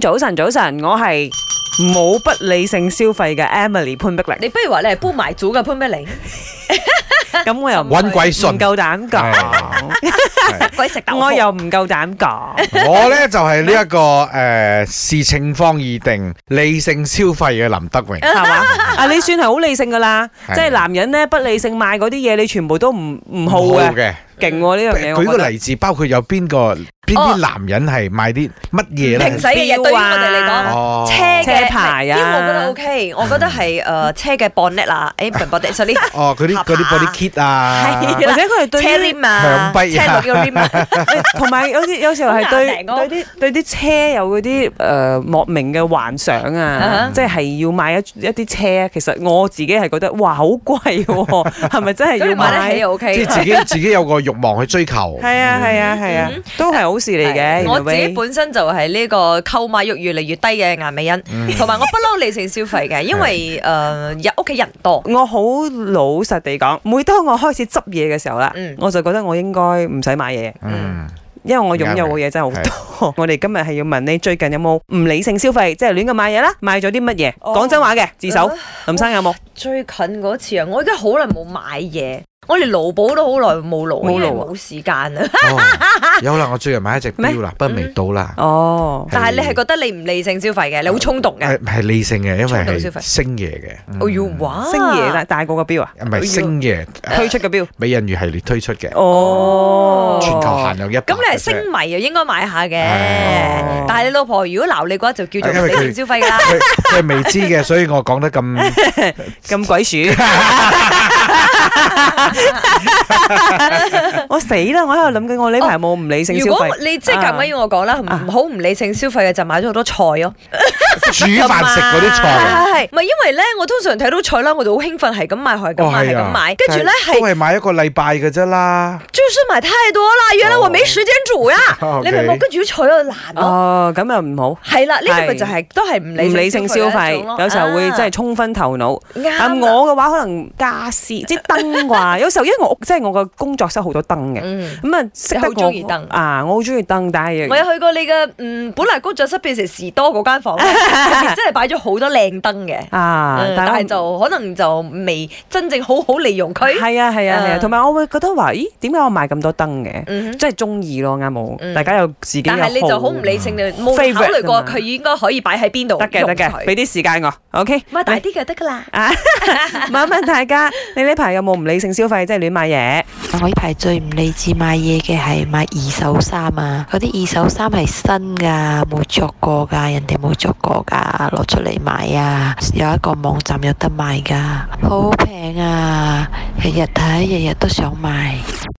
早晨，早晨，我係冇不理性消費嘅 Emily 潘碧玲，你不如話你係搬埋組嘅潘 碧玲，咁我又唔揾鬼信唔夠膽講，鬼食豆腐 我又唔夠膽 講。我咧就係呢一個诶，視情況而定，理性消費嘅林德榮。係嘛？啊，你算係好理性噶啦，係即係男人咧不理性買嗰啲嘢，你全部都唔唔好好嘅，嘅，勁喎呢樣嘢。舉我覺個得例子，包括有邊個邊啲哦男人係買啲乜平嘢咧時？使嘅嘢對於我哋嚟 講哦車嘅車牌啊因為我覺得 OK，我覺得係誒車嘅 bonnet 啦，誒唔係 bonnet，所以啲哦，嗰啲嗰啲 body kit 啊係，或者佢係 車對於 rim 啊，車牆壁啊輪嘅 rim 啊，同埋有啲有時候 係好對難嚟對啲對啲車有嗰啲誒莫名嘅幻想啊啊，即係要買一一啲車。其實我自己係覺得哇好貴 喎，係咪真係咁你要買得買起？嗯就 OK。即係自己自己有個慾望去追求。係啊係啊係啊，都係好事嚟嘅。我 anyway 自己本身就係呢個購買欲越嚟越低嘅顏美欣，嗯同埋我不嬲理性消 費嘅，因為誒入屋企人多，我好老實地講，每當我開始執嘢嘅時候啦，嗯我就覺得我應該唔使買嘢，嗯，因為我擁有嘅嘢真係好多。 我哋今日係要問你最近有冇唔理性消費，即係亂咁買嘢啦，買咗啲乜嘢？哦講真話嘅，自首啊。林生有冇？最近嗰次啊，我而家好耐冇買嘢，我連勞保都好耐冇勞，冇勞啊因為冇時間啊。哦有啦，我最近買一隻表啦，不過未到啦。哦，但係你係覺得你唔理性消費嘅，你好衝動嘅係。係理性嘅，因為衝動消係費星爺嘅。嗯哦要哇！星爺大大個個表啊，唔係星爺推出嘅表。美人魚系列推出嘅，哦，全球限量一百咁你係隻啫星迷又應該買下啊哦嘅，但係你老婆如果鬧你嘅話，就叫因做為佢理性消費㗎啦。佢佢係未知嘅，所以我講得咁 咁鬼鼠，我死啦！我喺度諗緊，我呢排有冇唔理性消如果費。你即係夾硬要我講啦，啊唔好唔理性消費嘅就買咗好多菜咯。煮飯食嗰啲菜，係，唔係因為咧，我通常睇到菜啦，我就好興奮，係咁買，係咁哦買，係係咁啊買，，跟住咧但都係係買一個禮拜嘅啫啦。就是買太多啦，原來我沒時間煮呀，哦你明唔明？ OK 跟住啲菜又難咯。哦，咁又唔好。係啦，呢個咪係就係都係唔唔理理性性消費嘅一種費，咯有時候會啊真係衝昏頭腦。啱啊，啦我嘅話可能家私， 即係燈啩。有時候因為我屋即係我個工作室好多燈嘅，嗯。咁啊識你得好鍾意我燈啊，我好中意燈，但我係有去過你嘅嗯，本來工作室變成士多嗰間房咧，入面真係擺咗好多靚燈嘅， 啊 嗯，但但係係我就可能就未真正好好利用佢。係啊係啊係啊，嗯同埋我會覺得話，咦點解我買咁多燈嘅？嗯哼即係中意咯，啱冇？嗯大家有自己嘅但係你就好唔理性，你冇考 Favourite 慮過㗎嘛佢應該可以擺喺邊度好得嘅得用佢嘅，俾啲時間我，OK。唔係大啲嘅得㗎啦。啊， 問一問大家，你呢排有冇唔理性消費，即係亂買嘢？我呢排最唔理智買嘢嘅係買二手衫啊！嗰啲二手衫係新噶，冇着過噶，人哋冇着過噶，攞出嚟賣啊！有一個網站有得賣噶，好平啊！日日睇，日日都想買。